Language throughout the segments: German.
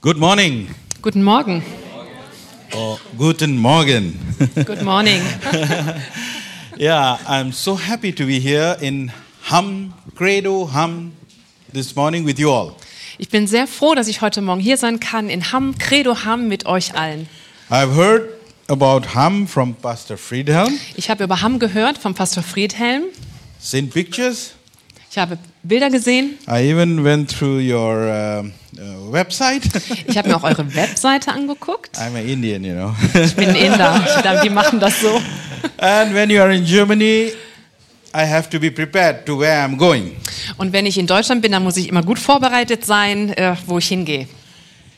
Good morning. Guten Morgen. Oh, guten Morgen. Good morning. yeah, I'm so happy to be here in Hum, Credo Hum, this morning with you all. Ich bin sehr froh, dass ich heute Morgen hier sein kann in Hamm, Credo Hamm mit euch allen. I've heard about Hum from Pastor Friedhelm, Ich habe über Hamm gehört vom Pastor Friedhelm. seen pictures. Ich habe Bilder gesehen. I even went through your um, uh, website. Ich habe mir auch eure Webseite angeguckt. I'm an Indian, you know. Ich bin Inder. Ich glaube, die machen das so. and when you are in Germany, I have to be prepared to where I'm going. Und wenn ich in Deutschland bin, dann muss ich immer gut vorbereitet sein, äh, wo ich hingehe.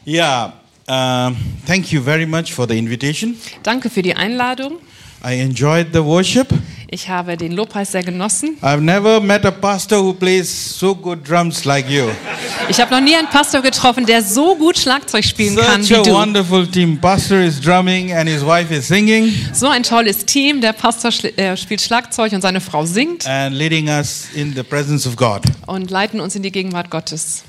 Yeah, um, thank you very much for the invitation. Danke für die Einladung. I enjoyed the worship. Ich habe den Lobpreis sehr genossen. I've never met a pastor who plays so good drums like you. Ich habe noch nie einen Pastor getroffen, der so gut Schlagzeug spielen kann Such wie a du. wonderful team. Pastor is drumming and his wife is singing So ein tolles Team. Der Pastor schli- äh, spielt Schlagzeug und seine Frau singt. and leading us in the presence of God. und leiten uns in die Gegenwart Gottes.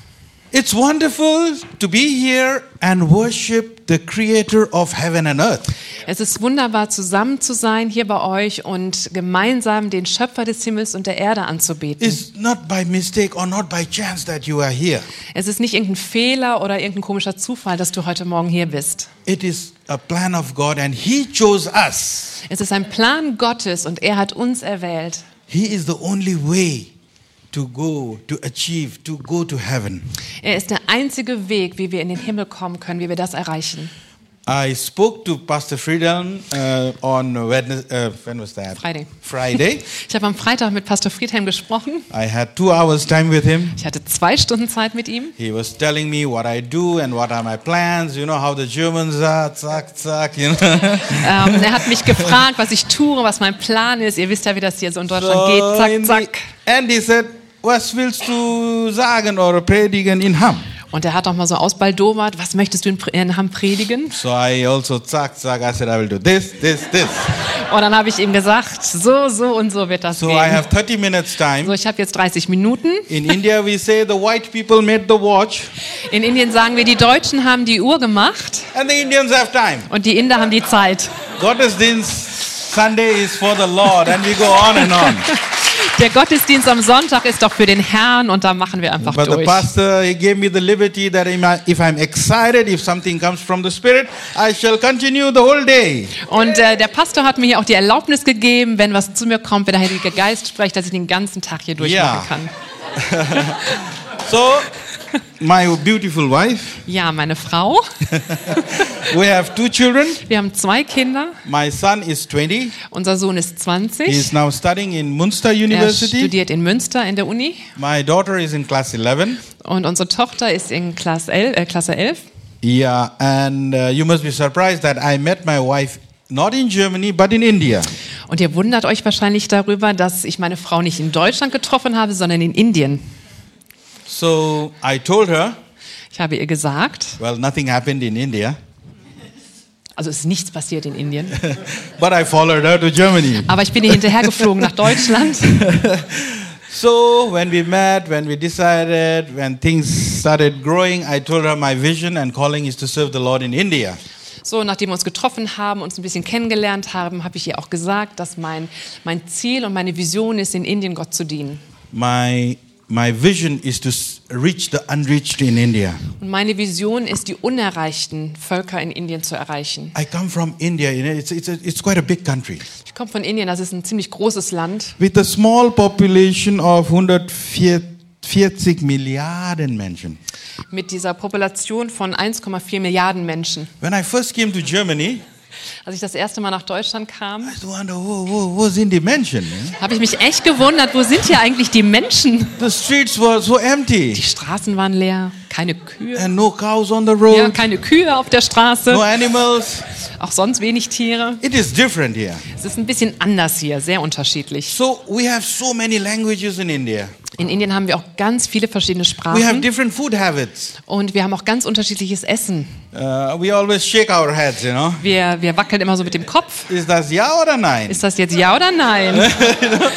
It's wonderful to be here and worship the creator of heaven and earth. Es ist wunderbar, zusammen zu sein hier bei euch und gemeinsam den Schöpfer des Himmels und der Erde anzubeten. It's not by mistake or not by chance that you are here. es ist nicht irgendein Fehler oder irgendein komischer Zufall, dass du heute Morgen hier bist. It is a plan of God and he chose us. Es ist ein Plan Gottes und er hat uns erwählt. He is the only way to go, to achieve, to go to heaven. Er ist der einzige Weg, wie wir in den Himmel kommen können, wie wir das erreichen. I spoke to Pastor Friedhelm uh, on Wednesday. Uh, when was that? Friday. Friday. Ich habe am Freitag mit Pastor Friedhelm gesprochen. I had two hours time with him. Ich hatte zwei Stunden Zeit mit ihm. He was telling me what I do and what are my plans. You know how the Germans are. Zack, zack. You know. Ähm, er hat mich gefragt, was ich tue, was mein Plan ist. Ihr wisst ja, wie das hier so in Deutschland So geht. Zack, in zack. The, and he said, "Was willst du sagen oder predigen in Hamm?" Und er hat auch mal so ausbaldowert, was möchtest du in, Pre- in Hamm predigen? So I also zack, zack. I said, "I will do this, this, this." Und dann habe ich ihm gesagt, so, so und so wird das So gehen. I have 30 minutes time. so, ich habe jetzt 30 Minuten. In India, we say the white people made the watch, In Indien sagen wir, die Deutschen haben die Uhr gemacht and the Indians have time. und die Inder haben die Zeit. Gottesdienst Sunday is for the Lord and we go on and on. Der Gottesdienst am Sonntag ist doch für den Herrn und da machen wir einfach But the durch. pastor, he gave me the liberty that if I- if I'm excited, if something comes from the Spirit, I shall continue the whole day. Und äh, der Pastor hat mir hier auch die Erlaubnis gegeben, wenn was zu mir kommt, wenn der Heilige Geist spricht, dass ich den ganzen Tag hier durchmachen Ja. kann. So, my beautiful wife, Ja, meine Frau, we have two children. wir haben zwei Kinder. My son is 20. Unser Sohn ist 20. He is now studying in Munster Er University. studiert in Münster in der Uni My daughter is in class 11. und unsere Tochter ist in Klasse 11. Äh, Klasse 11. Yeah, and uh, you must be surprised that I met my wife not in Germany but in India. Und ihr wundert euch wahrscheinlich darüber, dass ich meine Frau nicht in Deutschland getroffen habe, sondern in Indien. So, I told her, Ich habe ihr gesagt, well, nothing happened in India. also ist nichts passiert in Indien, But I followed her to Germany. aber ich bin ihr hinterhergeflogen nach Deutschland. So when we met, when we decided, when things started growing, I told her my vision and calling is to serve the Lord in India. So, nachdem wir uns getroffen haben, uns ein bisschen kennengelernt haben, habe ich ihr auch gesagt, dass mein, mein Ziel und meine Vision ist, in Indien Gott zu dienen. My my vision is to s- reach the unreached in India. Und meine Vision ist, die unerreichten Völker in Indien zu erreichen. I come from India. You know, it's it's a, it's quite a big country Ich komme von Indien, das ist ein ziemlich großes Land. with a small population of 140 Milliarden Menschen. mit dieser Population von 1,4 Milliarden Menschen. When I first came to Germany, Als ich das erste Mal nach Deutschland kam, I wonder who, who was in the mansion. you know? habe ich mich echt gewundert, wo sind hier eigentlich die Menschen? The streets were so empty Die Straßen waren leer, keine Kühe. and no cows on the Ja, road. keine Kühe auf der no Straße, animals. auch sonst wenig Tiere. It is different here. Es ist ein bisschen anders hier, sehr unterschiedlich. So we have so many languages in India. In Indien haben wir auch ganz viele verschiedene We have Sprachen different food habits. und wir haben auch ganz unterschiedliches Essen. Uh, we always shake our heads, you know. Wir, wir wackeln immer so mit dem Kopf. Is that yeah or nein? Ist das jetzt ja oder nein?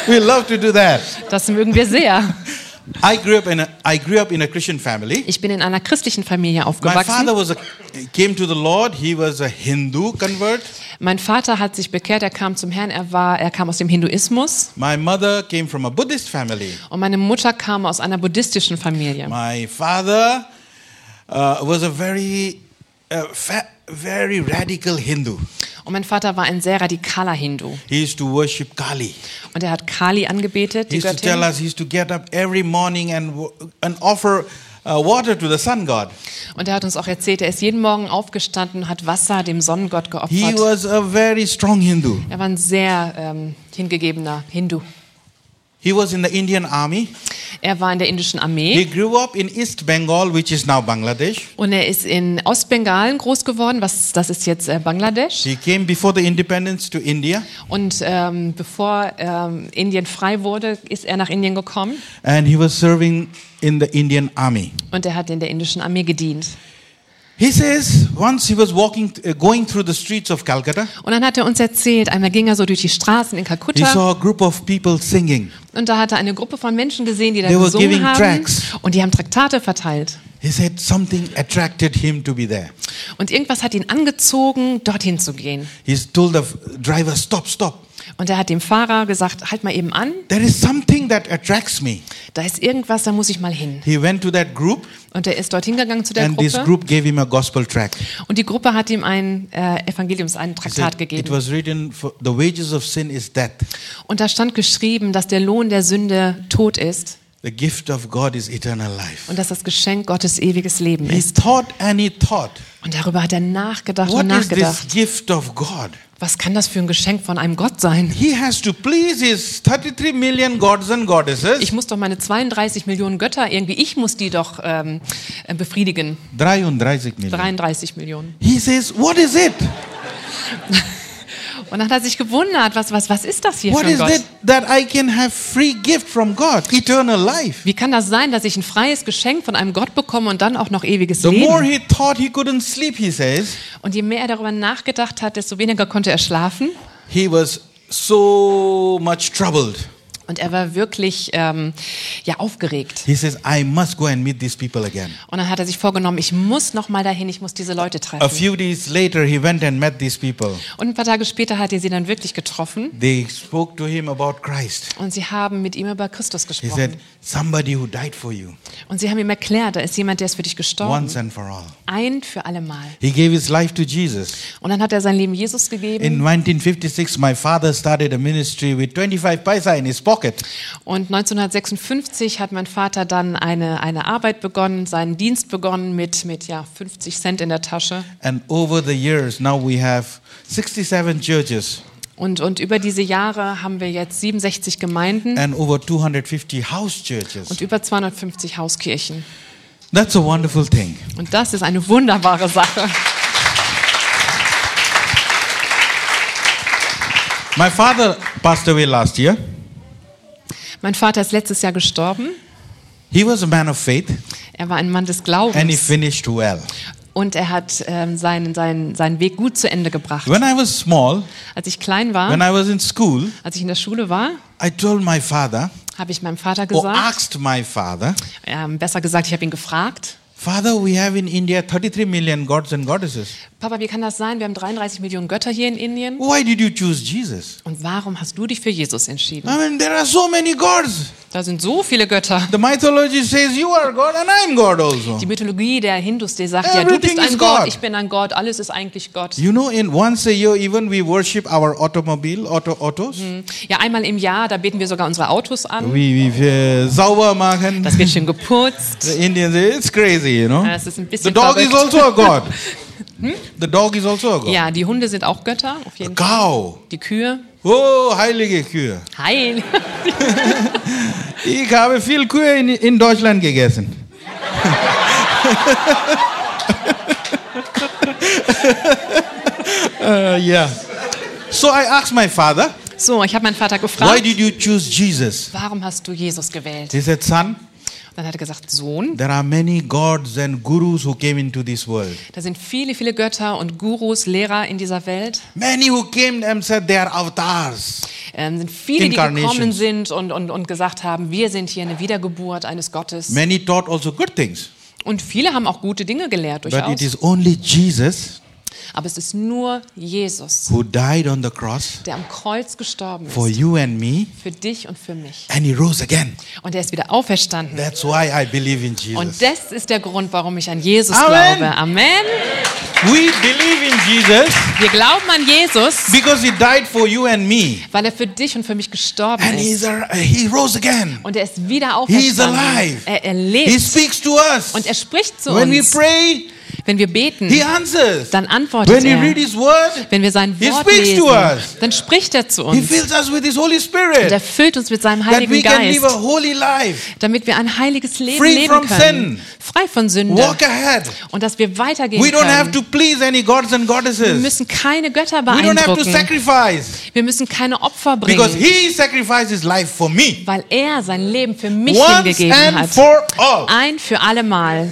we love to do that. Das mögen wir sehr. I grew up in a, I grew up in a Christian family. Ich bin in einer christlichen Familie My father aufgewachsen. was a, came to the Lord. He was a Hindu convert. Mein Vater hat sich bekehrt, er kam zum Herrn, er war, er kam aus dem Hinduismus My mother came from a Buddhist family. und meine Mutter kam aus einer buddhistischen Familie. My father uh, was a very, uh, fa- very radical Hindu. Und mein Vater war ein sehr radikaler Hindu He used to worship Kali. und er hat Kali angebetet, He die used to tell Göttin, us he used to get up every morning and w- and offer uh, water to the sun god. und er hat uns auch erzählt, er ist jeden Morgen aufgestanden und hat Wasser dem Sonnengott He geopfert. was a very strong Hindu. Er war ein sehr ähm, hingegebener Hindu. He was in the Indian army. Er war in der indischen He Armee grew up in East Bengal, which is now Bangladesh. und er ist in Ostbengalen groß geworden, was, das ist jetzt äh, Bangladesch. He came before the independence to India, Und ähm, bevor ähm, Indien frei wurde, ist er nach Indien gekommen and he was serving in the Indian army. und er hat in der indischen Armee gedient. He says once he was walking, uh, going through the streets of Calcutta, Und dann hat er uns erzählt, einmal ging er so durch die Straßen in he Kalkutta saw a group of people singing. und da hat er eine Gruppe von Menschen gesehen, die da They were gesungen giving haben tracts. und die haben Traktate verteilt. He said something attracted him to be there. Und irgendwas hat ihn angezogen, dorthin zu gehen. He told the f- driver, "Stop, stop." Und er hat dem Fahrer gesagt, halt mal eben an, There is something that attracts me. da ist irgendwas, da muss ich mal hin. He went to that group, Und er ist dorthin gegangen zu der and this Gruppe group gave him a gospel tract. und die Gruppe hat ihm ein äh, Evangeliums, einen He Traktat said, It gegeben. was written, for, "The wages of sin is death. Und da stand geschrieben, dass der Lohn der Sünde Tod ist The gift of God is eternal life." und dass das Geschenk Gottes ewiges Leben He ist. thought and he thought, Und darüber hat er nachgedacht "What und is this nachgedacht. gift of God?" Was kann das für ein Geschenk von einem Gott sein? He has to please his 33 million gods and goddesses. Ich muss doch meine 32 Millionen Götter irgendwie, ich muss die doch ähm, äh, befriedigen. 33 million. 33 Millionen. He says, "What is it? Und dann hat er sich gewundert, was, was, was ist das hier What für is ein Gott? it that I can have free gift from God, eternal life?" Wie kann das sein, dass ich ein freies Geschenk von einem Gott bekomme und dann auch noch ewiges The more Leben? he thought he couldn't sleep, he says, Und je mehr er darüber nachgedacht hat, desto weniger konnte er schlafen. he was so much troubled. Und er war wirklich ähm, ja, aufgeregt. He says, I must go and meet these people again. Und dann hat er sich vorgenommen, ich muss noch mal dahin, ich muss diese Leute A treffen. few days later, he went and met these people. Und ein paar Tage später hat er sie dann wirklich getroffen They spoke to him about Christ. und sie haben mit ihm über Christus He gesprochen. said, Somebody who died for you Und sie haben ihm erklärt, da ist jemand, der ist für dich gestorben. once and for all. Ein für alle Mal. He gave his life to Jesus. Und dann hat er sein Leben Jesus gegeben. In 1956, my father started a ministry with 25 paisa in his pocket. Und 1956 hat mein Vater dann eine, eine Arbeit begonnen, seinen Dienst begonnen mit, mit ja, 50 Cent in der Tasche. And over the years, now we have 67 churches Und, und über diese Jahre haben wir jetzt 67 Gemeinden and over 250 house churches. und über 250 Hauskirchen. That's a wonderful thing. Und das ist eine wunderbare Sache. My father passed away last year. Mein Vater ist letztes Jahr gestorben. He was a man of faith Er war ein Mann des and he Glaubens finished well. und er hat ähm, seinen, seinen, seinen Weg gut zu Ende gebracht. When I was small, Als ich klein war, when I was in school, als ich in der Schule war, I told my father, habe ich meinem Vater or gesagt, asked my father, ähm, besser gesagt, ich habe ihn gefragt, Father, we have in India 33 million gods and goddesses. Papa, wie kann das sein? Wir haben 33 Millionen Götter hier in Indien. Why did you choose Jesus? Und warum hast du dich für Jesus entschieden? I mean, there are so many gods. Da sind so viele Götter. The mythology says you are God and I'm God also. Die Mythologie der Hindus, die sagt, ja, du bist Everything is ein Gott, God. ich bin ein Gott, alles ist eigentlich Gott. You know, in once a year, even we worship our automobile, auto, autos. Ja, einmal im Jahr, da beten wir sogar unsere Autos an. We, we uh, sauber machen. Das wird schön geputzt. The Indians, it's crazy, you know. Ja, das ist ein bisschen Hm? the Hmm? dog is also verrückt. a god. The dog is also a god. Ja, die Hunde sind auch Götter, auf jeden Fall. Cow. Die Kühe. Oh, heilige Kühe. Heil. Ich habe viel Kühe in, in Deutschland gegessen. uh, yeah. So I asked my father, So, ich habe meinen Vater why gefragt, did you choose Jesus? warum hast du Jesus gewählt? He said, son, Dann hat er gesagt, Sohn, there are many gods and gurus who came into this world. da sind viele, viele Götter und Gurus, Lehrer in dieser Welt. Many who came and said they are avatars. Äh, ähm, sind viele, die Incarnations. gekommen sind und, und, und gesagt haben, wir sind hier eine Wiedergeburt eines Gottes. Many taught also good things, Und viele haben auch gute Dinge gelehrt but it durchaus. is only Jesus Aber es ist nur Jesus, who died on the cross der am Kreuz gestorben for ist, you and me, für dich und für mich. and he rose again. Und er ist wieder auferstanden. That's why I believe in Und Jesus. das ist der Grund, warum ich an Jesus Amen. glaube. Amen. We believe in Jesus Wir glauben an Jesus, because he died for you and me, weil er für dich und für mich gestorben and he's ist. a, he rose again. Und er ist wieder He is auferstanden. alive. Er, er He lebt. speaks to us. Und er spricht zu When we uns. pray, Wenn wir beten, he answers. dann When antwortet we read er. his word, Wenn wir sein He Wort speaks to us. lesen, dann spricht er zu he uns. fills us with his Holy Und Spirit er füllt uns mit seinem that we Heiligen can live Geist, a holy life, damit wir ein heiliges Leben Free leben from können. sin. Frei von Sünde. walk ahead. Und dass wir weitergehen We don't have können. to please any gods and Wir goddesses. müssen keine Götter We don't have to beeindrucken. sacrifice Wir müssen keine Opfer because bringen, he sacrificed his life for me weil er sein Leben für mich once hingegeben and hat. for all. Ein für alle Mal.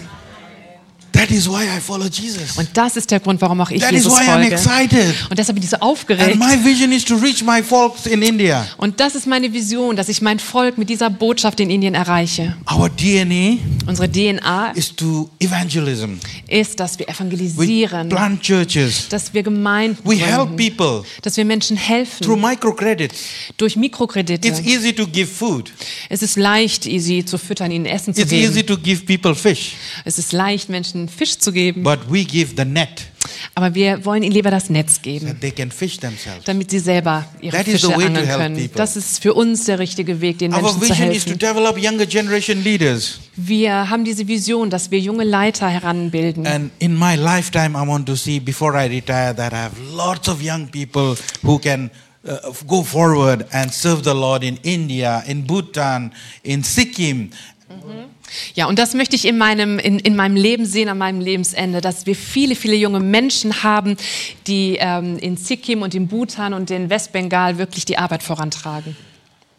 That is why I follow Jesus. Und das ist der Grund, warum auch ich That is Jesus why I'm folge. excited. Und deshalb bin ich so And aufgeregt. my vision is to reach my folks in India. Und das ist meine Vision, dass ich mein Volk mit dieser Botschaft in Indien erreiche. Our DNA Unsere DNA is to evangelism. ist, dass wir We evangelisieren, plant churches. dass wir Gemeinden We help gründen, people dass wir Menschen through helfen microcredits. durch It's e- Mikrokredite. easy to give food. Es ist leicht, sie zu füttern, ihnen Essen zu It's easy geben. to give people fish, Es ist leicht, Menschen Fisch zu geben. but we give the net Aber wir wollen ihnen lieber das Netz geben, that they can fish themselves. damit sie selber ihre That is the Fische way to angeln help können. people. Das ist für uns der richtige Weg, den Our Menschen zu vision is to helfen. develop younger generation leaders. Wir haben diese Vision, dass wir junge Leiter heranbilden. And in my lifetime, I want to see before I retire that I have lots of young people who can uh, go forward and serve the Lord in India, in Bhutan, in Sikkim. Ja, und das möchte ich in meinem, in, in meinem Leben sehen, an meinem Lebensende, dass wir viele, viele junge Menschen haben, die ähm, in Sikkim und in Bhutan und in Westbengal wirklich die Arbeit vorantragen.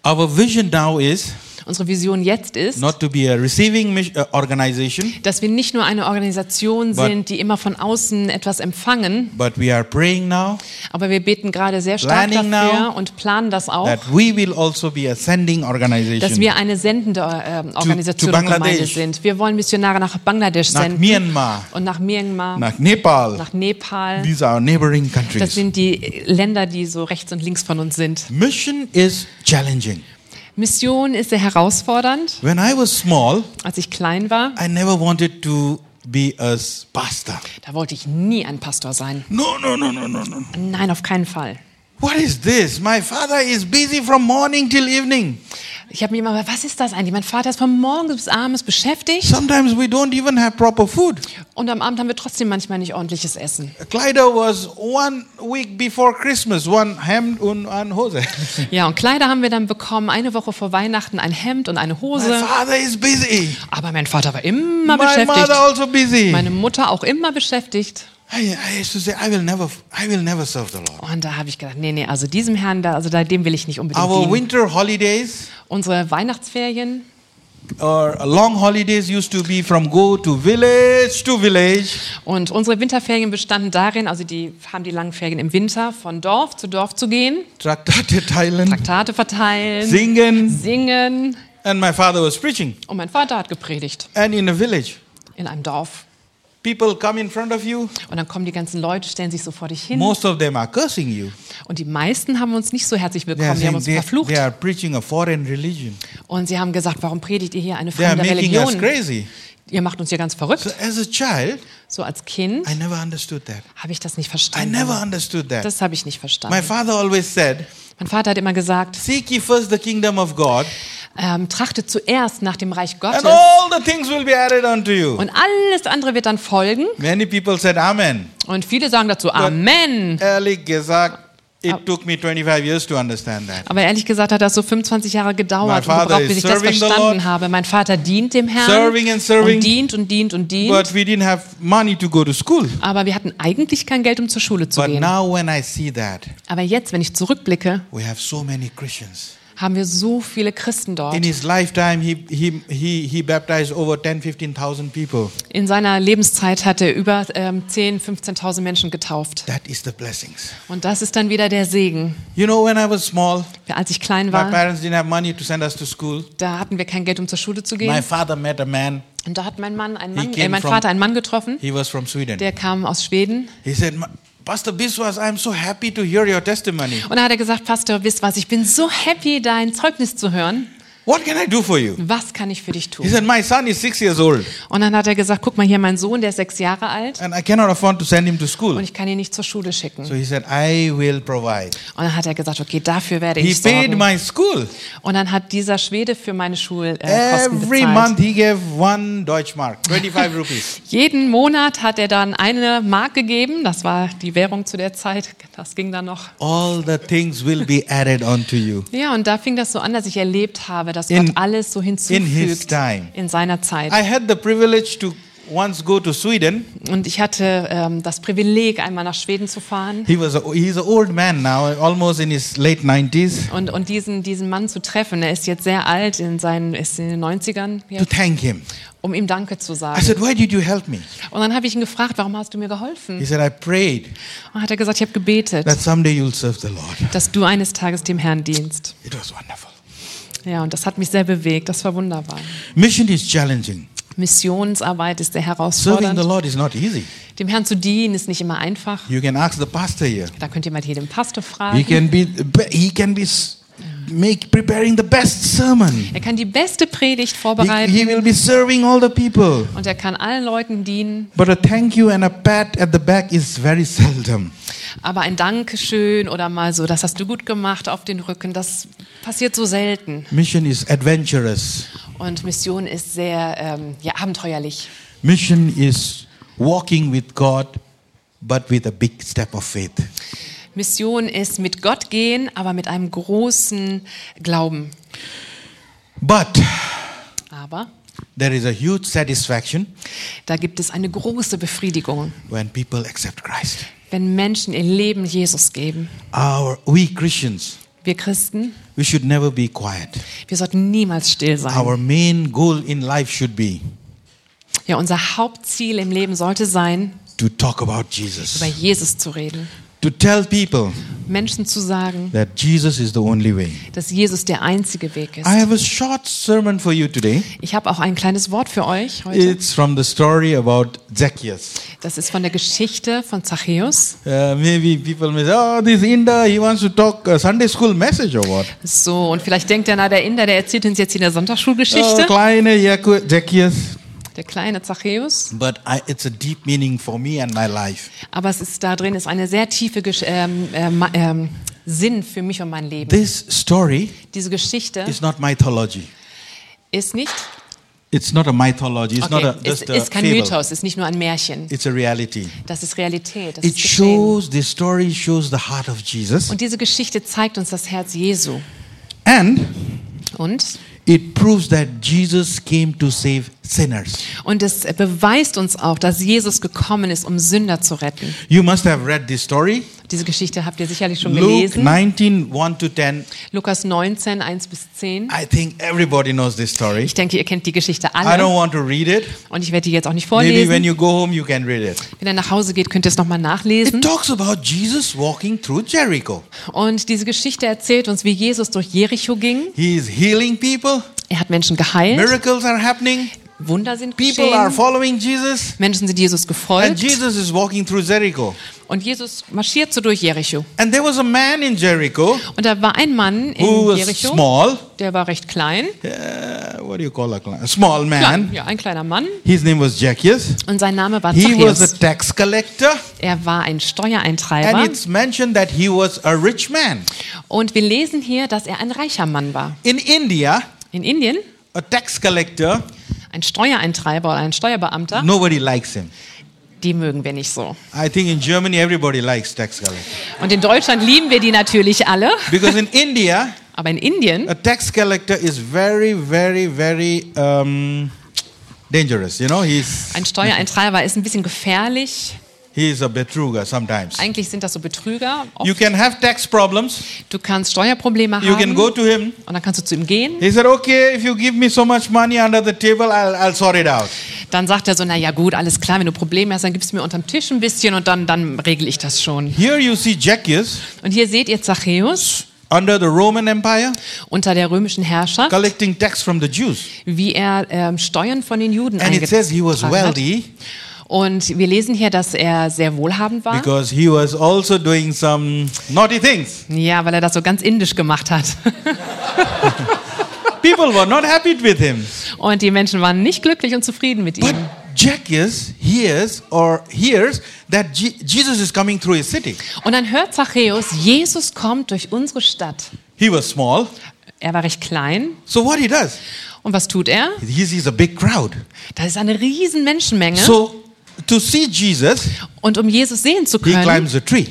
Our vision now is Unsere Vision jetzt ist, not to be a receiving mis- uh, organization, dass wir nicht nur eine Organisation But- sind, die immer von außen etwas empfangen, but we are praying now aber wir beten gerade sehr stark Planning dafür und planen das auch, that we will also be a sending dass organization. wir eine sendende ähm, Organisation und Gemeinde Bangladesch. sind. Wir wollen Missionare nach Bangladesch Nach senden Myanmar, und nach Myanmar, nach Nepal. nach Nepal. These are neighboring Das countries. sind die Länder, die so rechts und links von uns sind. Mission is challenging. Mission ist sehr herausfordernd. When I was small, Als ich klein war, I never wanted to be a s- pastor. da wollte ich nie ein Pastor sein. No, no, no, no, no, no. no. Nein, auf keinen Fall. What is this? My father is busy from morning till evening. Ich habe mir immer gedacht, was ist das eigentlich? Mein Vater ist von morgens bis abends beschäftigt Sometimes we don't even have proper food. und am Abend haben wir trotzdem manchmal nicht ordentliches Essen. Clyda was one week before Christmas, one hemd and one hose. Ja, und Kleider haben wir dann bekommen, eine Woche vor Weihnachten ein Hemd und eine My Hose. father is busy. Aber mein Vater war immer My mother beschäftigt. also busy. Meine Mutter auch immer beschäftigt. I, I used to say, I will never, I will never serve the Lord. Und da habe ich gedacht, nee, nee, also diesem Herrn da, also da, dem will ich nicht unbedingt Our dienen. winter holidays Unsere Weihnachtsferien, or long holidays used to be from go to village to village. Und unsere Winterferien bestanden darin, also die haben die langen Ferien im Winter, von Dorf zu Dorf zu gehen, Traktate Thailand, Traktate verteilen, singen, singen. and my father was preaching. Und mein Vater hat gepredigt And in a village, in einem Dorf. people come in front of you. Und dann kommen die ganzen Leute, stellen sich so vor dich hin. Most of them are cursing you. Und die meisten haben uns nicht so herzlich They are, willkommen, die haben saying uns they, verflucht. they are preaching a foreign religion. Und sie haben gesagt, warum predigt ihr hier eine They are fremde making us Religion? crazy. Ihr macht uns hier ganz So verrückt. as a child, So als Kind I never understood that. habe ich das nicht I never verstanden. understood that. Das habe ich nicht My verstanden. father always said, Mein Vater hat immer gesagt, Seek ye first the kingdom of God, ähm, trachtet zuerst nach dem Reich Gottes and all the things will be added unto you. und alles andere wird dann folgen. Many people said Amen. Und viele sagen dazu Amen. Ehrlich gesagt, it took me 25 years to understand that. Aber ehrlich gesagt hat das so 25 Jahre My gedauert, und father gebraucht, is bis ich das serving the Lord. verstanden habe. Mein Vater dient dem Herrn Serving and serving. und dient und dient und dient. But we didn't have money to go to school. aber wir hatten eigentlich kein Geld, um zur Schule zu But gehen. now, when I see that, Aber jetzt, wenn ich zurückblicke, we have so many Christians haben wir so viele Christen dort. In his lifetime, he, he, he, he baptized over 10, 15,000 people. In seiner Lebenszeit hat er über ähm, 10.000, 15.000 Menschen getauft. That is the blessings. Und das ist dann wieder der Segen. You know, when I was small, Als ich klein my war, parents didn't have money to send us to school. da hatten wir kein Geld, um zur Schule zu My gehen. father met a man. Und da hat mein Mann, einen He Mann äh, came mein from- Vater einen Mann getroffen, He was from Sweden. der kam aus Schweden. He said, "Ma- Pastor Biswas, I'm so happy to hear your testimony. Und da hat er gesagt, Pastor, wisst was, ich bin so happy, dein Zeugnis zu hören. What can I do for you? Was kann ich für dich He tun? said, My son is six years old Und dann hat er gesagt, guck mal hier, mein Sohn, der ist sechs Jahre alt and I cannot afford to send him to und school. ich kann ihn nicht zur Schule schicken. So Und he said, I will provide. dann hat er gesagt, okay, dafür werde He ich paid sorgen. my school. Und dann hat dieser Schwede für meine Schulkosten äh, Kosten Every bezahlt. month he gave one Deutschmark, 25 rupees. Jeden Monat hat er dann eine Mark gegeben. Das war die Währung zu der Zeit. Das ging dann noch. All the things will be added onto you. Ja, und da fing das so an, dass ich erlebt habe, dass In- Gott alles so hinzufügt his time. in seiner Zeit. I had the privilege to once go to Sweden. Und ich hatte ähm, das Privileg, einmal nach Schweden zu fahren He was a, he's an old man now, almost in his late 90s, und, und diesen, diesen Mann zu treffen. Er ist jetzt sehr alt, in seinen, ist in den 90ern, to jetzt, thank him. um ihm Danke zu I sagen. said, Why did you help me? Und dann habe ich ihn gefragt, warum hast du mir geholfen? He said, I prayed Und hat er gesagt, ich habe gebetet, that someday you'll serve the Lord. dass du eines Tages dem Herrn dienst. It was wonderful. Ja, und das hat mich sehr bewegt. Das war wunderbar. Mission is challenging. Missionsarbeit ist sehr Serving the herausfordernd. Lord is not easy. Dem Herrn zu dienen ist nicht immer einfach. You can ask the pastor here. Da könnt ihr mal hier den Pastor He fragen. can be he can be s- make preparing the best sermon. Er kann die beste Predigt He, he vorbereiten will be serving all the people. und er kann allen Leuten dienen. But a thank you and a pat at the back is very seldom. Aber ein Dankeschön oder mal so, das hast du gut gemacht auf den Rücken, das passiert so selten. Mission is adventurous. Und Mission ist sehr ähm, ja, abenteuerlich. Mission is walking with God but with a big step of faith. Mission ist mit Gott gehen, aber mit einem großen Glauben. But Aber there is a huge satisfaction da gibt es eine große Befriedigung, when people accept Christ. wenn Menschen ihr Leben Jesus geben. Our we Christians Wir Christen, we should never be quiet. wir sollten niemals still sein. Our main goal in life should be Ja, unser Hauptziel im Leben sollte sein, to talk about über Jesus, Jesus zu reden. to tell people Menschen zu sagen, that Jesus is the only way. dass Jesus der einzige Weg ist. I have a short sermon for you today. Ich habe auch ein kleines Wort für euch heute. It's from the story about Zacchaeus. Das ist von der Geschichte von Zachäus. Uh, maybe people may say, oh, this Inda, he wants to talk a Sunday school message or what? So, und vielleicht denkt er, na, der Inder, der erzählt uns jetzt hier in der Oh, Sonntagsschulgeschichte. kleine Jaco- Zacchaeus. Der kleine Zachäus. But I, it's a deep meaning for me and my life. Aber es ist da drin, ist eine sehr tiefe Gesch ähm, ähm, ähm, Sinn für mich und mein Leben. This story Diese Geschichte is not mythology. ist nicht, It's not a mythology. It's not okay, a, ist, just a ist kein fable. Mythos, ist nicht nur ein Märchen. It's a reality. Das ist Realität. Das It ist geschehen. shows, this story shows the heart of Jesus Und diese Geschichte zeigt uns das Herz Jesu. and Und? it proves that Jesus came to save sinners. Und es beweist uns auch, dass Jesus gekommen ist, um Sünder zu retten. You must have read this story. Diese Geschichte habt ihr sicherlich schon Luke gelesen. 19, 1 to 10. Lukas 19, 1 bis 10. I think everybody knows this story. Ich denke, ihr kennt die Geschichte I don't alle. want to read it. Und ich werde die jetzt auch nicht Maybe when vorlesen. you go home, you can read it. Wenn ihr nach Hause geht, könnt ihr es nochmal It nachlesen. talks about Jesus walking through Jericho. Und diese Geschichte erzählt uns, wie Jesus durch Jericho ging. He is healing people, Er hat Menschen geheilt. miracles are happening, Wunder sind people are geschehen. following Jesus, Menschen sind Jesus and gefolgt. Jesus is walking through Jericho. Und Jesus marschiert so durch Jericho. And there was a man in Jericho Und da war ein Mann who in was Jericho, small. der war recht klein. Uh, what do you call a cl- a small Klein, man? ja, ein kleiner Mann. His name was Zacchaeus. Und sein Name war He was a Zachäus. tax collector, Er war ein and Steuereintreiber. it's mentioned that he was a rich man. Und wir lesen hier, dass er ein reicher Mann war. In India, In Indien, a tax collector, ein Steuereintreiber oder ein Steuerbeamter, nobody likes him. die mögen wir nicht so. I think in Germany everybody likes tax collector Und in Deutschland lieben wir die natürlich alle. because in India Aber in Indien a tax collector is very, very, very um, dangerous. You know, he's Ein Steuereintreiber ist ein bisschen gefährlich. He is a betruger sometimes. Eigentlich sind das so Betrüger. You can have tax problems. Du kannst Steuerprobleme You can haben go to him. und dann kannst du zu ihm gehen. He said, "Okay, if you give me so much money under the table, I'll, I'll sort it out." Dann sagt er so, na ja gut, alles klar, wenn du Probleme hast, dann gibst du mir unterm Tisch ein bisschen und dann, dann regel ich das schon. Here you see Zacchaeus Und hier seht ihr Zachäus under the Roman Empire unter der römischen Herrschaft, collecting tax from the Jews, wie er ähm, Steuern von den Juden and it says he was eingetragen hat. wealthy Und wir lesen hier, dass er sehr wohlhabend war. because he was also doing some naughty things. Ja, weil er das so ganz indisch gemacht hat. People were not happy with him. Und die Menschen waren nicht glücklich und zufrieden mit But ihm. Zacchaeus hears or hears that Je- Jesus is coming through his city. Und dann hört Zachäus, Jesus kommt durch unsere Stadt. He was small, Er war recht klein. so what he does? Und was tut er? He sees a big crowd. Da ist eine riesen Menschenmenge. So to see Jesus, und um Jesus sehen zu he können, climbs a tree.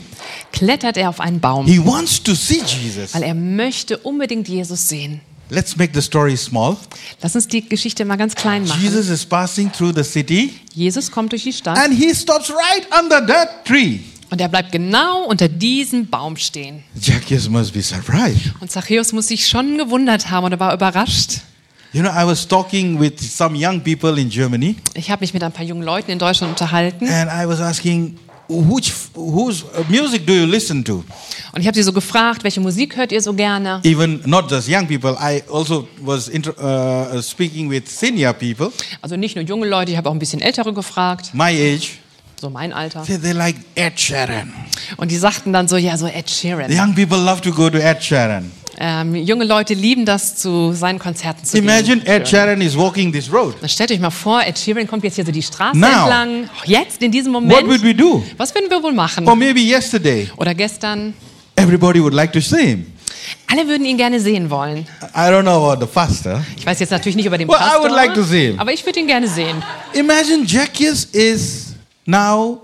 klettert er auf einen Baum, He wants to see Jesus. weil er möchte unbedingt Jesus sehen. Let's make the story small. Lass uns die Geschichte mal ganz klein machen. Jesus, Jesus is passing through the city kommt durch die Stadt and he stops right under that tree. und er bleibt genau unter diesem Baum stehen. Zacchaeus must be surprised. Und Zachäus muss sich schon gewundert haben und er war überrascht. You know, I was talking with some young people in Germany Ich habe mich mit ein paar jungen Leuten in Deutschland unterhalten and I was asking which whose uh, music do you listen to? und ich habe sie so gefragt, welche Musik hört ihr so gerne? Even not just young people, I also was inter- uh, speaking with senior people Also nicht nur junge Leute, ich habe auch ein bisschen ältere gefragt, my age. so mein Alter. They, they like Ed Sheeran. Und die sagten dann so, ja, so Ed The Sheeran. young people love to go to Ed Sheeran. Ähm, junge Leute lieben das, zu seinen Konzerten zu gehen. Imagine Ed Sheeran is walking this road. Dann stellt euch mal vor, Ed Sheeran kommt jetzt hier so die Straße Now. entlang. Jetzt, in diesem What would Moment. we Um- do? Was würden wir wohl machen? Or maybe yesterday, Oder gestern? everybody would like to see him. Alle würden ihn gerne sehen wollen. I don't know about the faster. Ich weiß jetzt natürlich nicht über den Well, I Pastor, would like to see him. aber ich würde ihn gerne sehen. Imagine Zacchaeus is now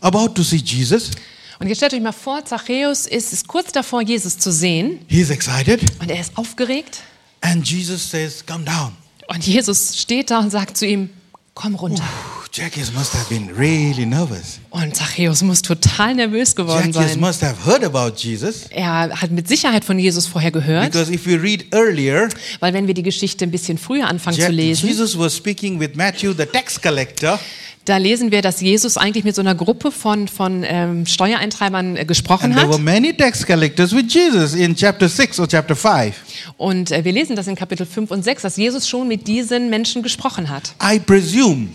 about to see Jesus. Und jetzt stellt euch mal vor, Zachäus ist, ist kurz davor, Jesus zu sehen He's excited. und er ist aufgeregt. And Jesus says, Come down. Und Jesus steht da und sagt zu ihm, komm runter. Whew, Zacchaeus must have been really nervous. Und Zachäus muss total nervös geworden Zacchaeus sein. must have heard about Jesus. Er hat mit Sicherheit von Jesus vorher gehört, Because if we read earlier, weil wenn wir die Geschichte ein bisschen früher anfangen Ja- zu lesen, Jesus was speaking with Matthew, the tax collector, da lesen wir, dass Jesus eigentlich mit so einer Gruppe von, von ähm, Steuereintreibern äh, gesprochen and there were hat. many tax collectors with Jesus in chapter 6 or chapter 5. Und äh, wir lesen das in Kapitel 5 und 6, dass Jesus schon mit diesen Menschen gesprochen hat. I presume,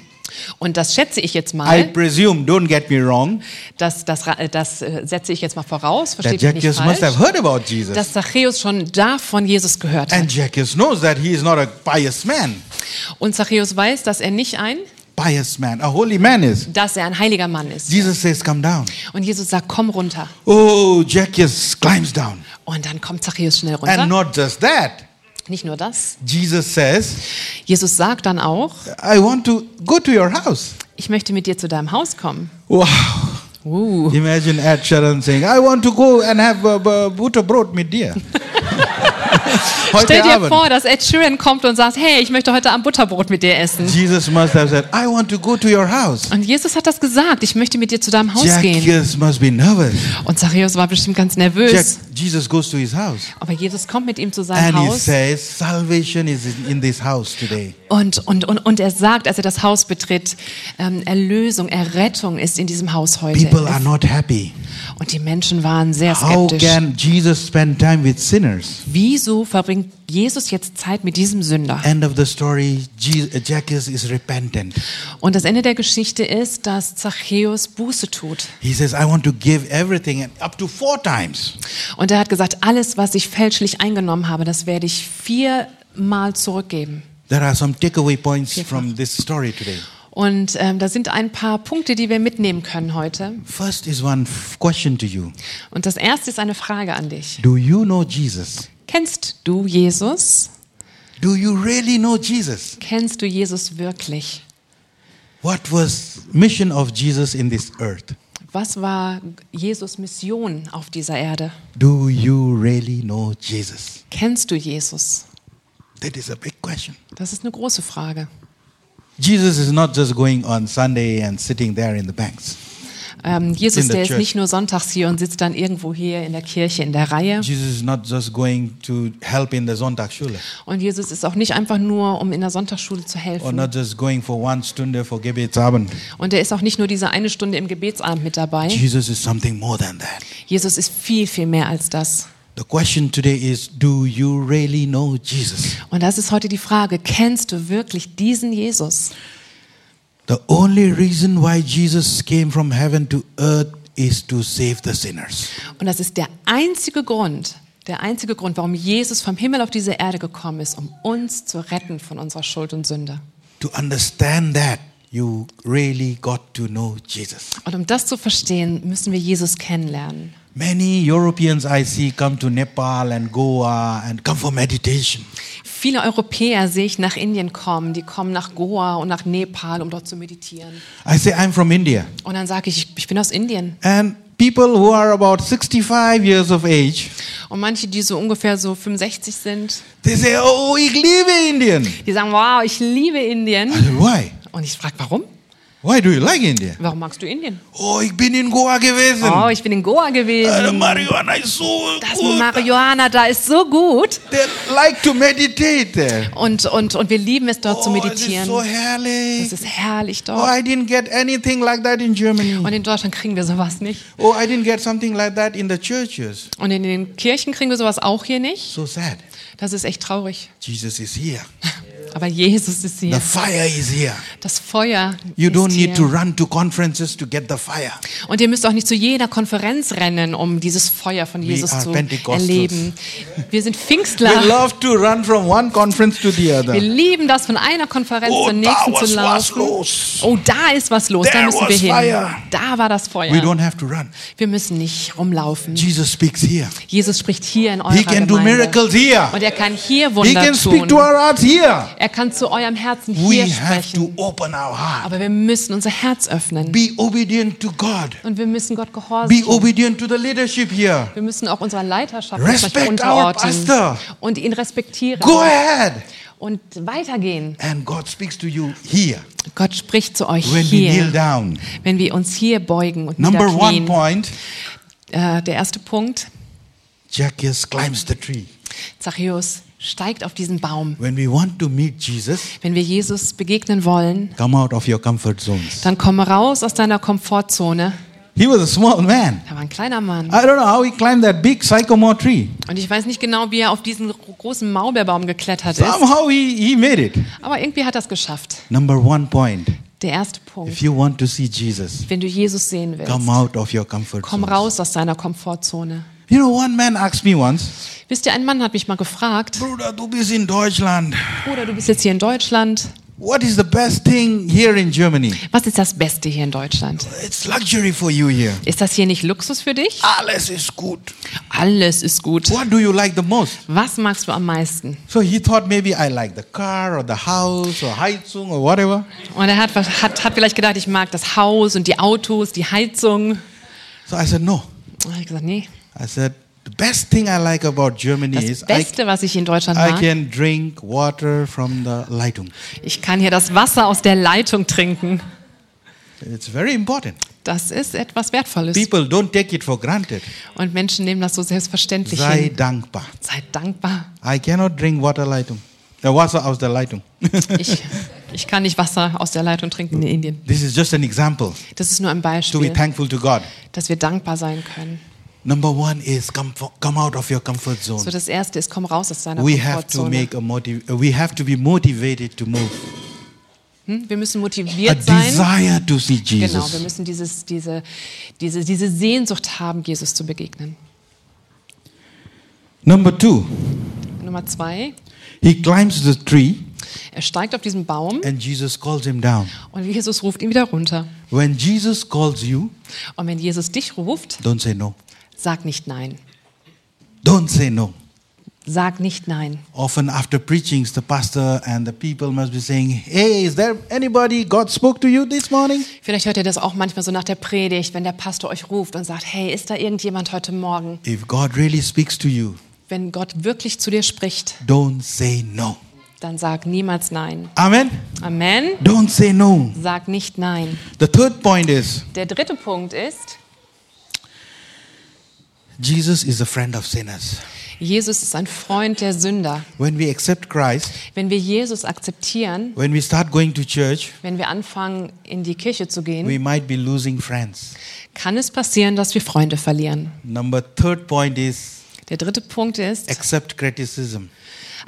Und das schätze ich jetzt I mal, presume, don't get me wrong, das, das, ra- äh, das äh, setze ich jetzt mal voraus, that versteht mich nicht Zacchaeus must have falsch, heard about Jesus. dass Zachäus schon da von Jesus gehört hat. And Zacchaeus knows that he is not a pious man. Und Zachäus weiß, dass er nicht ein, Pious man, a holy man is. dass er ein heiliger Mann ist. Jesus says, Come down. Und Jesus sagt, komm runter. Oh, Zacchaeus climbs down. Und dann kommt Zachäus schnell runter. And not just that, Nicht nur das. Jesus says, Jesus sagt dann auch, I want to go to your house. ich möchte mit dir zu deinem Haus kommen. Wow. Uh. Imagine Ed Sheeran saying, I want to go and have uh, uh, butterbrot mit dir. Stell Heute dir Abend. vor, dass Ed Sheeran kommt und sagt, hey, ich möchte heute Abend Butterbrot mit dir essen. Jesus must have said, I want to go to your house. Und Jesus hat das gesagt, ich möchte mit dir zu deinem Haus gehen. Zacchaeus must be nervous. Und Zachäus war bestimmt ganz Jack, nervös. Jesus goes to his house Aber Jesus kommt mit ihm zu and seinem he Haus says, salvation is in- in this house today. und, und, und, und er sagt, als er das Haus betritt, ähm, Erlösung, Errettung ist in diesem Haus heute. People are not happy. Und die Menschen waren sehr How skeptisch. can Jesus spend time with sinners? Wieso verbringt Jesus jetzt Zeit mit diesem Sünder? End of the story, Je- uh, Zacchaeus is repentant. Und das Ende der Geschichte ist, dass Zachäus Buße tut. He says, I want to give everything and up to four times. Und er hat gesagt, alles, was ich fälschlich eingenommen habe, das werde ich viermal zurückgeben. There are some takeaway points from this story today. Und ähm, da sind ein paar Punkte, die wir mitnehmen können heute. First is one f- question to you. Und das erste ist eine Frage an dich. Do you know Jesus? Kennst du Jesus? Do you really know Jesus? Kennst du Jesus wirklich? What was mission of Jesus in this earth? Was war Jesus Mission auf dieser Erde? Do you really know Jesus? Kennst du Jesus? That is a big question. Das ist eine große Frage. Jesus is not just going on Sunday and sitting there in the banks. Ähm, Jesus, In the der ist church. nicht nur sonntags hier und sitzt dann irgendwo hier in der Kirche in der Reihe. Jesus is not just going to help in the Sonntagsschule Und Jesus ist auch nicht einfach nur, um in der Sonntagsschule zu or helfen. not just going for one Stunde for Gebetsabend. Und er ist auch nicht nur diese eine Stunde im Gebetsabend mit dabei. Jesus is something more than that. Jesus ist viel, viel mehr als das. The question today is do you really know Jesus? Und das ist heute die Frage, kennst du wirklich diesen Jesus? The only reason why Jesus came from heaven to earth is to save the sinners. Und das ist der einzige Grund, der einzige Grund, warum Jesus vom Himmel auf diese Erde gekommen ist, um uns zu retten von unserer Schuld und Sünde. To understand that, you really got to know Jesus. Und um das zu verstehen, müssen wir Jesus kennenlernen. Many Europeans I see come to Nepal and Goa and come for meditation. Viele Europäer sehe ich nach Indien kommen, die kommen nach Goa und nach Nepal, um dort zu meditieren. I say, I'm from India. Und dann sage ich, ich bin aus Indien. And people who are about 65 years of age, Und manche, die so ungefähr so 65 sind, they say, Oh, ich liebe Indian. die sagen, wow, ich liebe Indien. I said, Why? Und ich frage, warum? Why do you like India? Warum magst du Indien? Oh, ich bin in Goa gewesen. Oh, ich bin in Goa Uh, the gewesen. marijuana is so Das good. Marihuana da ist so gut. They like to meditate there. Und, und, und wir lieben es dort zu Oh, it is meditieren. so Es herrlich. ist herrlich Oh, dort. I didn't get anything like that in Germany. Und in Deutschland kriegen wir sowas nicht. Oh, I didn't get something like that in the churches. Und in den Kirchen kriegen wir sowas auch hier nicht. So sad. Das ist echt traurig. Jesus is here. Aber Jesus ist The hier. fire is here. Das Feuer You don't ist need to hier. run to conferences to get the fire. Und ihr müsst auch nicht zu jeder Konferenz rennen, um dieses Feuer von Jesus are zu Pentecostals. erleben. Wir sind We Pfingstler. love to run from one conference to the Wir other. lieben das, von einer Konferenz Oh, zur da nächsten was zu was laufen. los. Oh, da ist was los. There da müssen was wir hin. fire. Da war das We Feuer. don't have to run. Wir müssen nicht rumlaufen. Jesus speaks here. Jesus spricht hier in eurer He can do Gemeinde. miracles here. Und er kann hier He Wunder can speak to tun. our hearts here. Er kann zu eurem Herzen We hier have to sprechen. open our heart. Aber wir müssen unser Herz öffnen. Be obedient to God. Und wir müssen Gott gehorsam Be obedient to the leadership here. Wir müssen auch unserer Leiterschaft Respect manchmal unterordnen our pastor. und ihn respektieren Go ahead. und weitergehen. And God speaks to you here Gott spricht zu euch when we kneel hier, down. wenn wir uns hier beugen und Number one niederknien. point Äh, der erste Punkt, Zacchaeus climbs the tree. Zachäus steigt auf diesen Baum. When we want to meet Jesus, Wenn wir Jesus begegnen wollen, come out of your comfort zones. dann komme raus aus deiner Komfortzone. He was a small man. Da war ein kleiner Mann. I don't know how he climbed that big sycamore tree. Und ich weiß nicht genau, wie er auf diesen großen Maulbeerbaum geklettert ist, Somehow he, he made it. aber irgendwie hat er es geschafft. Number one point Der erste Punkt, if you want to see Jesus, wenn du Jesus sehen willst, come out of your comfort komm zone. raus aus deiner Komfortzone. You know, one man asked me once, Wisst ihr, ein Mann hat mich mal gefragt, Bruder, du bist in Deutschland. Bruder, du bist jetzt hier in Deutschland. What is the best thing here in Germany? Was ist das Beste hier in Deutschland? It's luxury for you here. Ist das hier nicht Luxus für dich? Alles is good. Alles ist gut. What do you like the most? Was magst du am meisten? So he thought maybe I like the car or the house or Heizung or whatever. Und er hat, hat, hat vielleicht gedacht, ich mag das Haus und die Autos, die Heizung. Und So I said, no. dann habe ich gesagt, nee. I said, the best thing I like about Germany Das is I, Beste, was ich in Deutschland I mag, can drink water from the Leitung. ich kann hier das Wasser aus der Leitung trinken. It's very important. Das ist etwas Wertvolles. People don't take it for granted. Und Menschen nehmen das so selbstverständlich Sei hin. dankbar. Seid dankbar. I cannot drink water Leitung. The Wasser aus der Leitung. Ich, ich kann nicht Wasser aus der Leitung trinken in Indien. This is just an example Das ist nur ein to be Beispiel. thankful to God. dass wir dankbar sein können. Number one is come, fo- come out of your comfort So zone. das erste ist, komm raus aus deiner We have to Komfortzone. make a motiv- uh, We have to be motivated to move. Hm? Wir müssen A motiviert sein. desire to see Genau, wir Jesus. müssen dieses, diese, diese, diese Sehnsucht haben, Jesus zu begegnen. Number two, Nummer zwei, he climbs the tree er steigt auf diesen Baum and Jesus calls him down. und Jesus ruft ihn wieder runter. When Jesus calls you, Und wenn Jesus dich ruft, don't say no. sag nicht nein. Don't say no. Sag nicht nein. Often after preachings, the pastor and the people must be saying, Hey, is there anybody God spoke to you this morning? Vielleicht hört ihr das auch manchmal so nach der Predigt, wenn der Pastor euch ruft und sagt, hey, ist da irgendjemand heute Morgen? If God really speaks to you, Wenn Gott wirklich zu dir spricht, don't say no. dann sag niemals nein. Amen. Amen. Don't say no. Sag nicht nein. The third point is Der dritte Punkt ist, Jesus is a friend of sinners. Jesus ist ein Freund der Sünder. When we accept Christ, Wenn wir Jesus akzeptieren, when we start going to church, wenn wir anfangen, in die Kirche zu gehen, we might be losing friends. kann es passieren, dass wir Freunde verlieren. Number third point is Der dritte Punkt ist, accept criticism.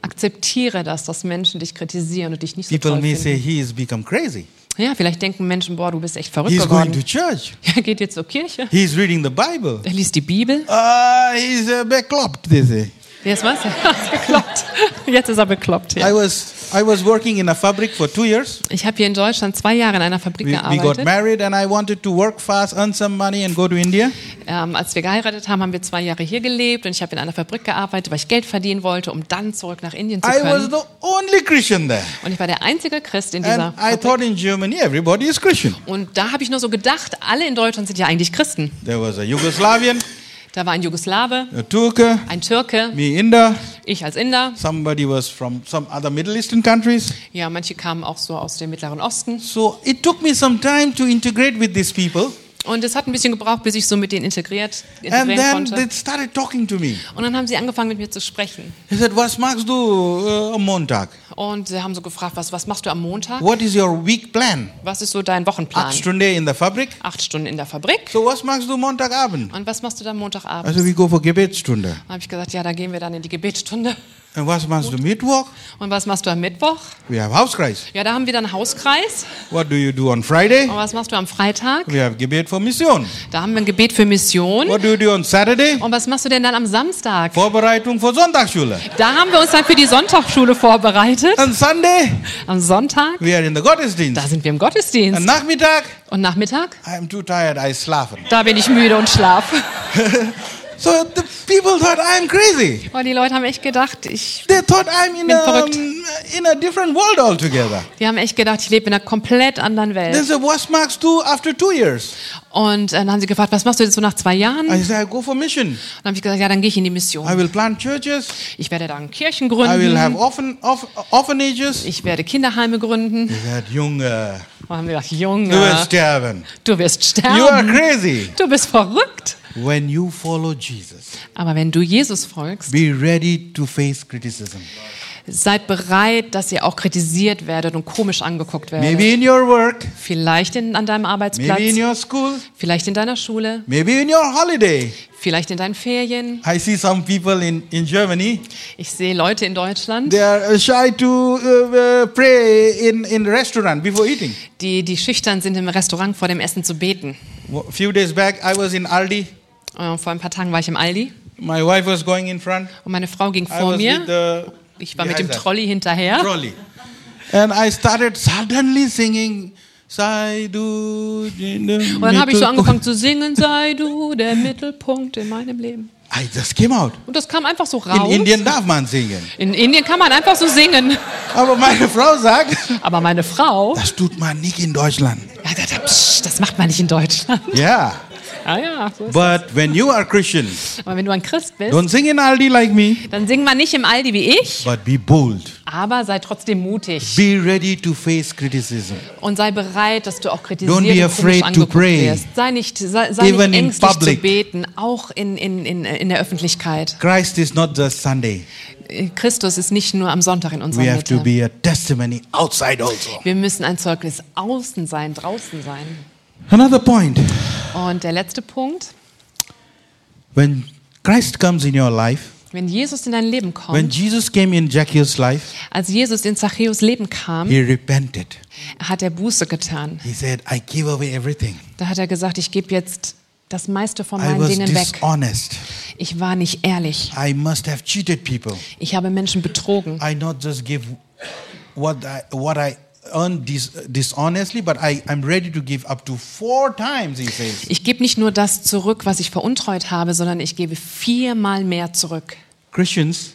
akzeptiere das, dass Menschen dich kritisieren und dich nicht so People toll may say finden. he is become crazy. Ja, vielleicht denken Menschen, boah, du bist echt verrückt He's going to geworden. church. Ja, geht jetzt zur Kirche. He's reading the Bible. Er liest die Bibel. Uh, he's uh, bekloppt, they say. Jetzt was? Er ist bekloppt. Jetzt ist er bekloppt. I Ja. was I was working in a fabric for two years. Ich habe hier in Deutschland zwei Jahre in einer Fabrik We, we got gearbeitet. married, and I wanted to work fast, earn some money, and go to India. Ähm, als wir geheiratet haben, haben wir zwei Jahre hier gelebt und ich habe in einer Fabrik gearbeitet, weil ich Geld verdienen wollte, um dann zurück nach Indien zu I was können. the only Christian there, Und ich war der einzige Christ in and dieser I thought in Germany everybody is Christian. Und da habe ich nur so gedacht, alle in Deutschland sind ja eigentlich Christen. There was a Yugoslavian, Da war ein Jugoslawe, a Turk, uh, ein Türke, me Inder. ich als Inder. Somebody was from some other Middle Eastern countries. Ja, manche kamen auch so aus dem Mittleren Osten. So it took me some time to integrate with these people, Und es hat ein bisschen gebraucht, bis ich so mit denen integriert and integrieren then they konnte. started talking to me. Und dann haben sie angefangen, mit mir zu sprechen. He said, "Was magst du äh, am Montag? Und sie haben so gefragt, was, was machst du am Montag? What is your week plan? Was ist so dein Wochenplan? Acht Stunden in der Fabrik. Acht Stunden in der Fabrik. So was magst du Montagabend? Und was machst du dann Montagabend? Also wir gehen für Gebetsstunde. Dann habe ich gesagt, ja, da gehen wir dann in die Gebetsstunde. Und was machst du Mittwoch? Und was machst du am Mittwoch? We have Hauskreis. Ja, da haben wir dann Hauskreis. What do you do on Friday? Und was machst du am Freitag? We have Gebet for Mission. Da haben wir ein Gebet für Mission. What do you do on Saturday? Und was machst du denn dann am Samstag? Vorbereitung für Sonntagsschule. Da haben wir uns dann für die Sonntagsschule vorbereitet. On Sunday, Am Sonntag, we are in the Gottesdienst. da sind wir im Am Gottesdienst. Nachmittag, Und Nachmittag, I am too tired, I schlafen. da bin ich müde und schlafe. So the people thought I am crazy. Und die Leute haben echt gedacht, ich, They thought I'm in Bin a, um, verrückt. in a different world altogether. die haben echt gedacht, ich lebe in einer komplett anderen They Welt. said, what marks do after two years? Und äh, dann haben sie gefragt, was machst du jetzt so nach zwei Jahren? I Und said, I go for mission. dann habe ich gesagt, ja, dann gehe ich in die I Mission. will plant churches. Ich werde dann Kirchen I will have gründen. orphan, orph- orphanages. Ich werde Kinderheime gründen. He said, uh, Junge, Und dann haben wir gedacht, du wirst Junge, sterben. du wirst You are sterben. crazy. Du bist verrückt. When you follow Jesus, Aber wenn du Jesus folgst, be ready to face criticism. Seid bereit, dass ihr auch kritisiert werdet und komisch angeguckt werdet. Maybe in your work, Vielleicht in, an deinem Arbeitsplatz, maybe in your school, vielleicht in deiner Schule, maybe in your holiday. vielleicht in deinen Ferien. I see some people in, in Germany, Ich sehe Leute in Deutschland, they are uh, shy to uh, uh, pray in, in restaurant before eating. die, die schüchtern sind, im Restaurant vor dem Essen zu beten. A few days back, I was in Aldi. Äh, vor ein paar Tagen war ich im Aldi My wife was going in front. und meine Frau ging I vor was with mir. the, Ich war wie mit dem heißt das? Trolley hinterher. trolley. And I started suddenly singing. Sai du Und dann habe ich so angefangen zu singen, sei du der Mittelpunkt in meinem Leben. I just came out. Und das kam einfach so In raus. Indien darf man singen. in Indien kann man einfach so singen. Aber meine Frau sagt, Aber meine Frau, das tut man nicht in Deutschland. ja, da, da, psch, das macht man nicht in Deutschland. Yeah. Ah ja, so ist But when you are Christian, es. aber wenn du ein Christ bist, don't sing in Aldi like me, dann sing mal nicht im Aldi wie ich, but be bold. aber sei trotzdem mutig Be ready to face criticism. und sei bereit, dass du auch Don't be kritisiert und afraid komisch to angeguckt pray. wirst. Sei nicht, sei, sei Even nicht in ängstlich zu public. beten, auch in, in, in, in der Öffentlichkeit. Christ is not just Sunday. Christus ist nicht nur am Sonntag in unserer We have to Mitte. be a testimony outside also. Wir müssen ein Zeugnis außen sein, draußen sein. Another point. Und der letzte Punkt, When Christ comes in your life, wenn Jesus in dein Leben When kommt, Jesus came in Zacchaeus' life, als Jesus in Zachäus Leben kam, he repented. hat er Buße getan. He said, I give away everything. Da hat er gesagt, ich gebe jetzt das meiste von I meinen was Dingen weg. dishonest. Ich war nicht ehrlich. I must have cheated people. Ich habe Menschen betrogen. I not just give what I, what I earned dis- dishonestly, but I, I'm ready to give up to four times, he says. Ich gebe nicht nur das zurück, was ich veruntreut habe, sondern ich gebe viermal mehr zurück. Christians,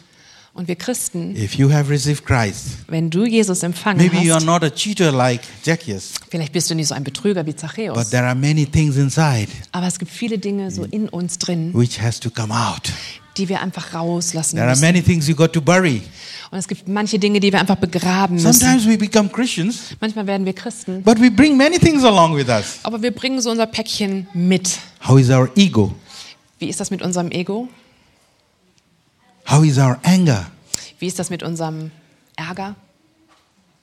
Und wir Christen, If you have received Christ, wenn du Jesus empfangen maybe you are hast, not a cheater like Zacchaeus, vielleicht bist du nicht so ein Betrüger wie but Zachäus, there are many things inside aber es gibt viele Dinge so in uns drin, which has to come out. die wir einfach rauslassen There are müssen. many things you got to bury. Und es gibt manche Dinge, die wir einfach begraben müssen. Sometimes we become Christians, Manchmal werden wir Christen, but we bring many things along with us. aber wir bringen so unser Päckchen mit. How is our ego? Wie ist das mit unserem Ego? How is our anger? Wie ist das mit unserem Ärger?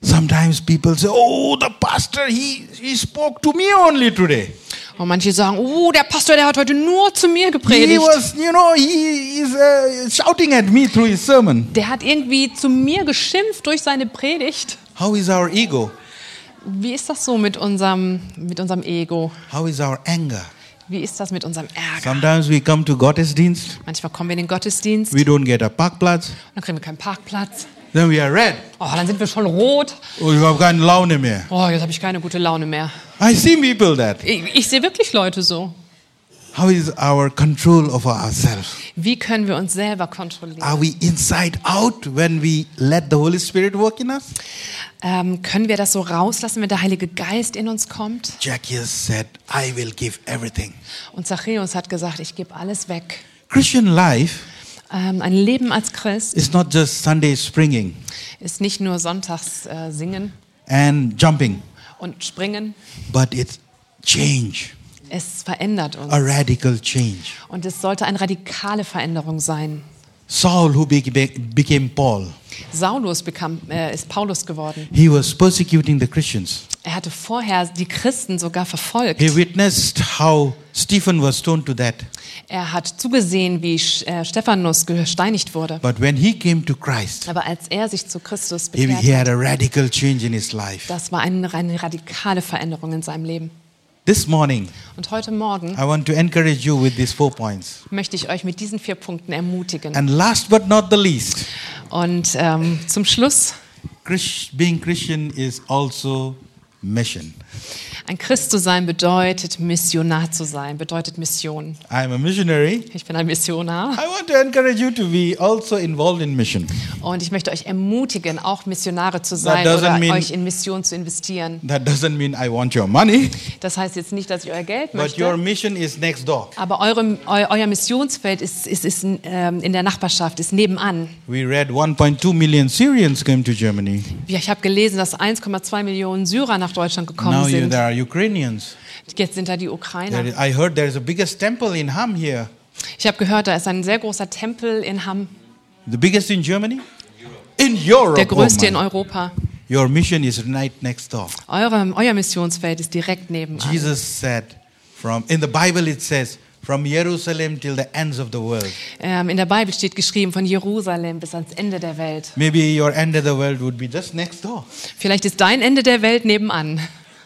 Sometimes people say, "Oh, the pastor he he spoke to me only today. Und manche sagen, oh, der Pastor, der hat heute nur zu mir He gepredigt. was, you know, he is uh, shouting at me through his sermon." Der hat irgendwie zu mir geschimpft durch seine Predigt. How is our ego? Wie ist das so mit unserem, mit unserem Ego? How is our anger? Wie ist das mit unserem Ärger? Sometimes we come to Gottesdienst, Manchmal kommen wir in den Gottesdienst, we don't get a Parkplatz, dann kriegen wir keinen Parkplatz. then we are red. Oh, dann sind wir schon rot. Oh, ich habe keine Laune mehr. Oh, jetzt habe ich keine gute Laune mehr. I see people that. Ich, ich sehe wirklich Leute so. How is our control of ourselves? Wie können wir uns selber kontrollieren? Are we inside out when we let the Holy Spirit work in us? Ähm, können wir das so rauslassen, wenn der Heilige Geist in uns kommt? Zacchaeus said, "I will give everything." Und Zachäus hat gesagt, ich gebe alles weg. Christian life Ähm, ein Leben als Christ It's not just Sunday springing ist nicht nur sonntags äh, singen and jumping, und springen. but it's change, Es verändert uns. a radical change. Und es sollte eine radikale Veränderung sein. Saul, who be- be- became Paul, Saulus bekam, äh, ist Paulus geworden. he was persecuting the Christians. Er hatte vorher die Christen sogar verfolgt. He witnessed how Stephen was stoned to death. Er hat zugesehen, wie Sch- äh, Stephanus gesteinigt wurde. But when he came to Christ, Aber als er sich zu Christus he, he bekehrt, had a radical change in his life. das war eine, eine radikale Veränderung in seinem Leben. This morning, Und heute Morgen I want to encourage you with these four points. möchte ich euch mit diesen vier Punkten ermutigen. And last but not the least, Und ähm, zum Schluss, Chris- being Christian is also mission. ein Christ zu sein bedeutet, Missionar zu sein, bedeutet Mission. I'm a missionary. Ich bin ein Missionar I want to encourage you to be also involved in mission. und ich möchte euch ermutigen, auch Missionare zu That sein doesn't oder mean- euch in Mission zu investieren. That doesn't mean I want your money, Das heißt jetzt nicht, dass ich euer Geld but your möchte, mission is next door. aber eure, eu, euer Missionsfeld ist, ist, ist ähm, in der Nachbarschaft, ist nebenan. We read 1.2 million Syrians came to Germany. Ja, Ich habe gelesen, dass 1,2 Millionen Syrer nach Deutschland gekommen Now you, sind. there are Ukrainians. Jetzt sind da die Ukrainer. There is- I heard there is the biggest temple in Ham here, Ich habe gehört, da ist ein sehr großer Tempel in Hamm, the biggest in Germany, in Europe. der größte oh in my. Europa. your mission is right next door. Eure, euer Missionsfeld ist direkt nebenan. Jesus said, from in the Bible it says, from Jerusalem till the ends of the world. Ähm, in der Bibel steht geschrieben, von Jerusalem bis ans Ende der Welt. Maybe your end of the world would be just next door, Vielleicht ist dein Ende der Welt nebenan.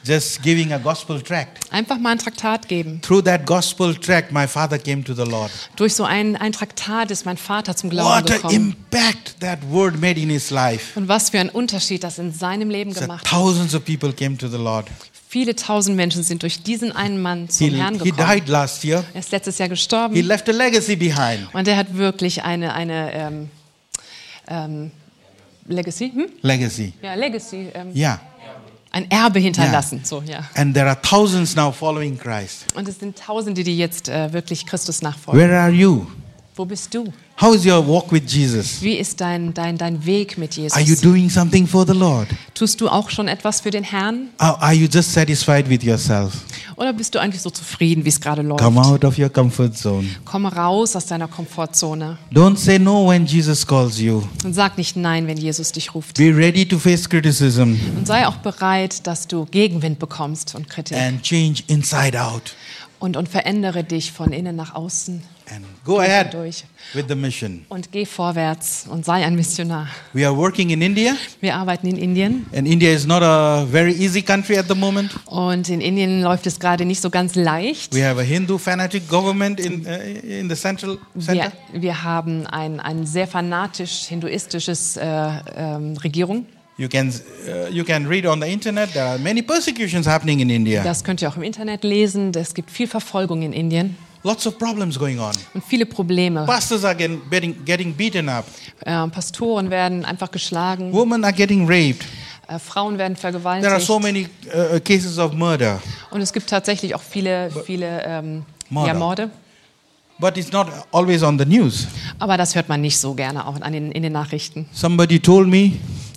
just giving a gospel tract. Einfach mal ein Traktat geben. Through that gospel tract, my father came to the Lord. Durch so ein, ein Traktat ist mein Vater zum Glauben What an gekommen. impact that word made in his life. Und was für ein Unterschied das in seinem Leben So gemacht hat. thousands of people came to the Lord. Viele tausend Menschen sind durch diesen einen He, Mann zum Herrn he gekommen. died last year. Er ist letztes Jahr He gestorben left a legacy behind. und er hat wirklich eine, eine ähm, ähm, Legacy, hm? Legacy. ja, Legacy, ähm, Yeah. ein Erbe hinterlassen. So, ja. And there are thousands now following Christ. Und es sind Tausende, die jetzt äh, wirklich Christus nachfolgen. Where are you? Wo bist du? How is your walk with Jesus? Wie ist dein, dein, dein Weg mit Are you Jesus? doing something for the Lord? Tust du auch schon etwas für den Herrn? Are are you just satisfied with yourself? Oder bist du eigentlich so zufrieden, wie es gerade läuft? Come out of your comfort zone. Komm raus aus deiner Komfortzone Don't say no when Jesus calls you. und sag nicht Nein, wenn Jesus dich ruft. Be ready to face criticism Und sei auch bereit, dass du Gegenwind bekommst und Kritik. and change inside out. Und, und verändere dich von innen nach außen And go Durch und ahead durch. with the mission. und geh vorwärts und sei ein Missionar. We are working in India, Wir arbeiten in Indien and India is not a very easy country at the moment. und in Indien läuft es gerade nicht so ganz leicht. We have a Hindu fanatic government in, uh, in the central Wir, center. wir haben ein, ein sehr fanatisch hinduistisches äh, ähm, Regierung. You can uh, you can read on the internet. There are many persecutions happening in India. Das könnt ihr auch im Internet lesen. Es gibt viel Verfolgung in Indien. lots of problems going on. und viele Probleme. Pastors are getting, getting, getting beaten up. Äh, Pastoren werden einfach geschlagen, Women are getting raped. äh, Frauen werden There are vergewaltigt. so many uh, cases of murder. Und es gibt tatsächlich auch viele, viele ähm, Morde. Ja, Morde. But it's not always on the news. Aber das hört man nicht so gerne auch an den, in den Nachrichten. Somebody told me,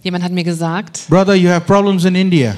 Jemand hat mir gesagt, brother, you have problems in India.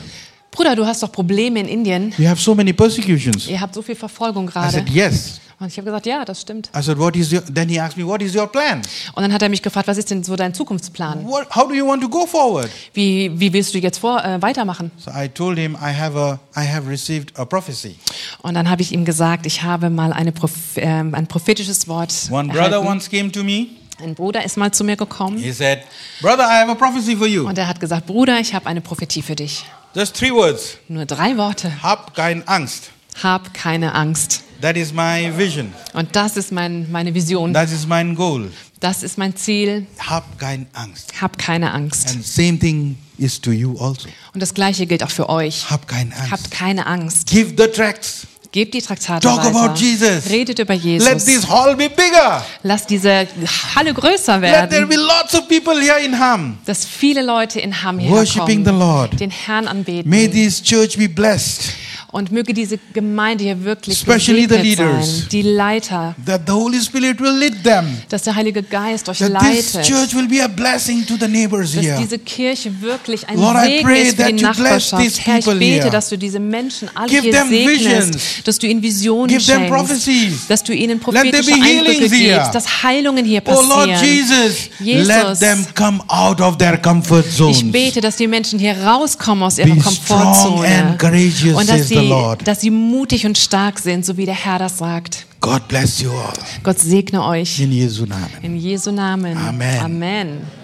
Bruder, du hast doch Probleme in Indien. You have so many persecutions. Ihr habt so viel Verfolgung I gerade. said, yes. Und ich habe gesagt, ja, das stimmt. I said, what is your, then he asked me, what is your plan? Und dann hat er mich gefragt, was ist denn so dein Zukunftsplan? What, how do you want to go forward? Wie, wie willst du jetzt vor, äh, weitermachen? So I told him, I have, a, I have received a prophecy. Und dann habe ich ihm gesagt, ich habe mal eine Proph ähm, ein prophetisches Wort One brother erhalten. once came to me. Ein Bruder ist mal zu mir gekommen He said, brother, I have a prophecy for you. und er hat gesagt, Bruder, ich habe eine Prophetie für dich. Just three words. Nur drei Worte. Hab kein Angst. Hab keine Angst. That is my vision. Und das ist mein, meine Vision. That is my goal. Das ist mein Ziel. Hab kein Angst. Hab keine Angst. And same thing is to you also. Und das Gleiche gilt auch für euch. Hab kein Angst. Habt keine Angst. Give the tracts. Gebt die Traktate Talk weiter. about Jesus. Redet über Let this Jesus. hall be bigger. Lasst diese Halle größer Let there werden. be lots of people here in Ham. Dass viele Leute in Hamm Worshipping herkommen, the Lord. den Herrn anbeten. May this church be blessed. Und möge diese Gemeinde hier wirklich Especially the gesegnet leaders. sein. Die Leiter. That the Holy Spirit will lead them. Dass der Heilige Geist euch That this leitet. church will be a blessing to the neighbors Dass here. diese Kirche wirklich ein Lord, I Segen pray ist für that die you bless these Nachbarschaft. Herr, ich people bete, here. dass du diese Menschen alle Give hier them segnest, visions. dass du ihnen Visionen Give them schenkst, prophecies. dass du ihnen there be prophetische Eindrücke healings here. gibst, dass Heilungen hier Oh passieren. Lord Jesus, let Jesus. them come out of their comfort Ich zones. bete, dass die Menschen hier rauskommen aus ihrer Be strong Komfortzone and courageous, und says dass the sie, Lord. dass sie mutig und stark sind, so wie der Herr das sagt. God bless you all. Gott segne euch In Jesu Namen. in Jesu Namen. Amen. Amen.